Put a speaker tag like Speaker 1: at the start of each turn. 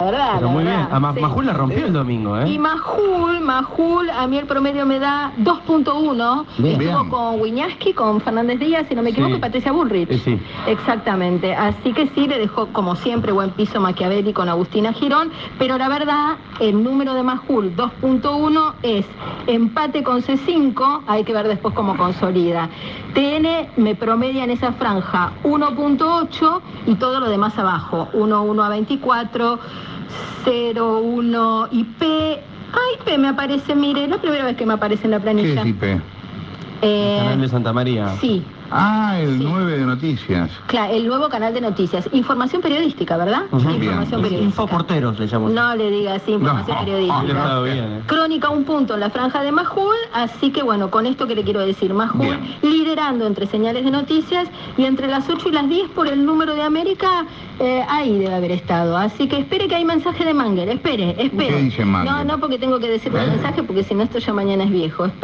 Speaker 1: La verdad,
Speaker 2: Pero
Speaker 1: Ah, la
Speaker 2: muy bien.
Speaker 1: verdad,
Speaker 2: A Ma-
Speaker 1: sí.
Speaker 2: Majul la rompió el domingo,
Speaker 1: Y
Speaker 2: ¿eh?
Speaker 1: Majul, Majul, a mí el promedio me da 2.1.
Speaker 2: Bien.
Speaker 1: Estuvo con Wiñaski, con Fernández Díaz, si no me equivoco,
Speaker 2: Sí.
Speaker 1: y Patricia Bullrich.
Speaker 2: Eh, sí.
Speaker 1: Exactamente. Así que sí, le dejó, como siempre, buen piso Machiavelli con Agustina Girón. Pero la verdad, el número de Majul, 2.1, es empate con C5. Hay que ver después cómo consolida. TN me promedia en esa franja 1.8 y todo lo demás abajo. 1.1 a 24. 01 IP. Ah, IP me aparece, mire, es la primera vez que me aparece en la
Speaker 3: ¿Qué
Speaker 1: planilla.
Speaker 3: es IP?
Speaker 1: Eh,
Speaker 2: Canal de Santa María.
Speaker 1: sí,
Speaker 3: Ah, el
Speaker 1: Sí.
Speaker 3: 9 de noticias.
Speaker 1: claro, el nuevo canal de noticias. Información periodística, ¿verdad?
Speaker 2: Ujú.
Speaker 1: Información
Speaker 3: Bien.
Speaker 1: periodística.
Speaker 2: Infoporteros le llamamos.
Speaker 1: No le digas información
Speaker 3: No.
Speaker 2: Le ha
Speaker 1: periodística.
Speaker 2: estado bien, ¿eh?
Speaker 1: Crónica un punto en la franja de Majul, así que bueno, con esto que le quiero decir, Majul
Speaker 3: Bien.
Speaker 1: liderando entre señales de noticias y entre las 8 y las 10 por el número de América, eh, ahí debe haber estado. Así que espere que hay mensaje de Manger, espere, espere.
Speaker 3: ¿Qué dice Manger?
Speaker 1: No, no, porque tengo que decirle el
Speaker 3: ¿Eh?
Speaker 1: mensaje porque si no esto ya mañana es viejo.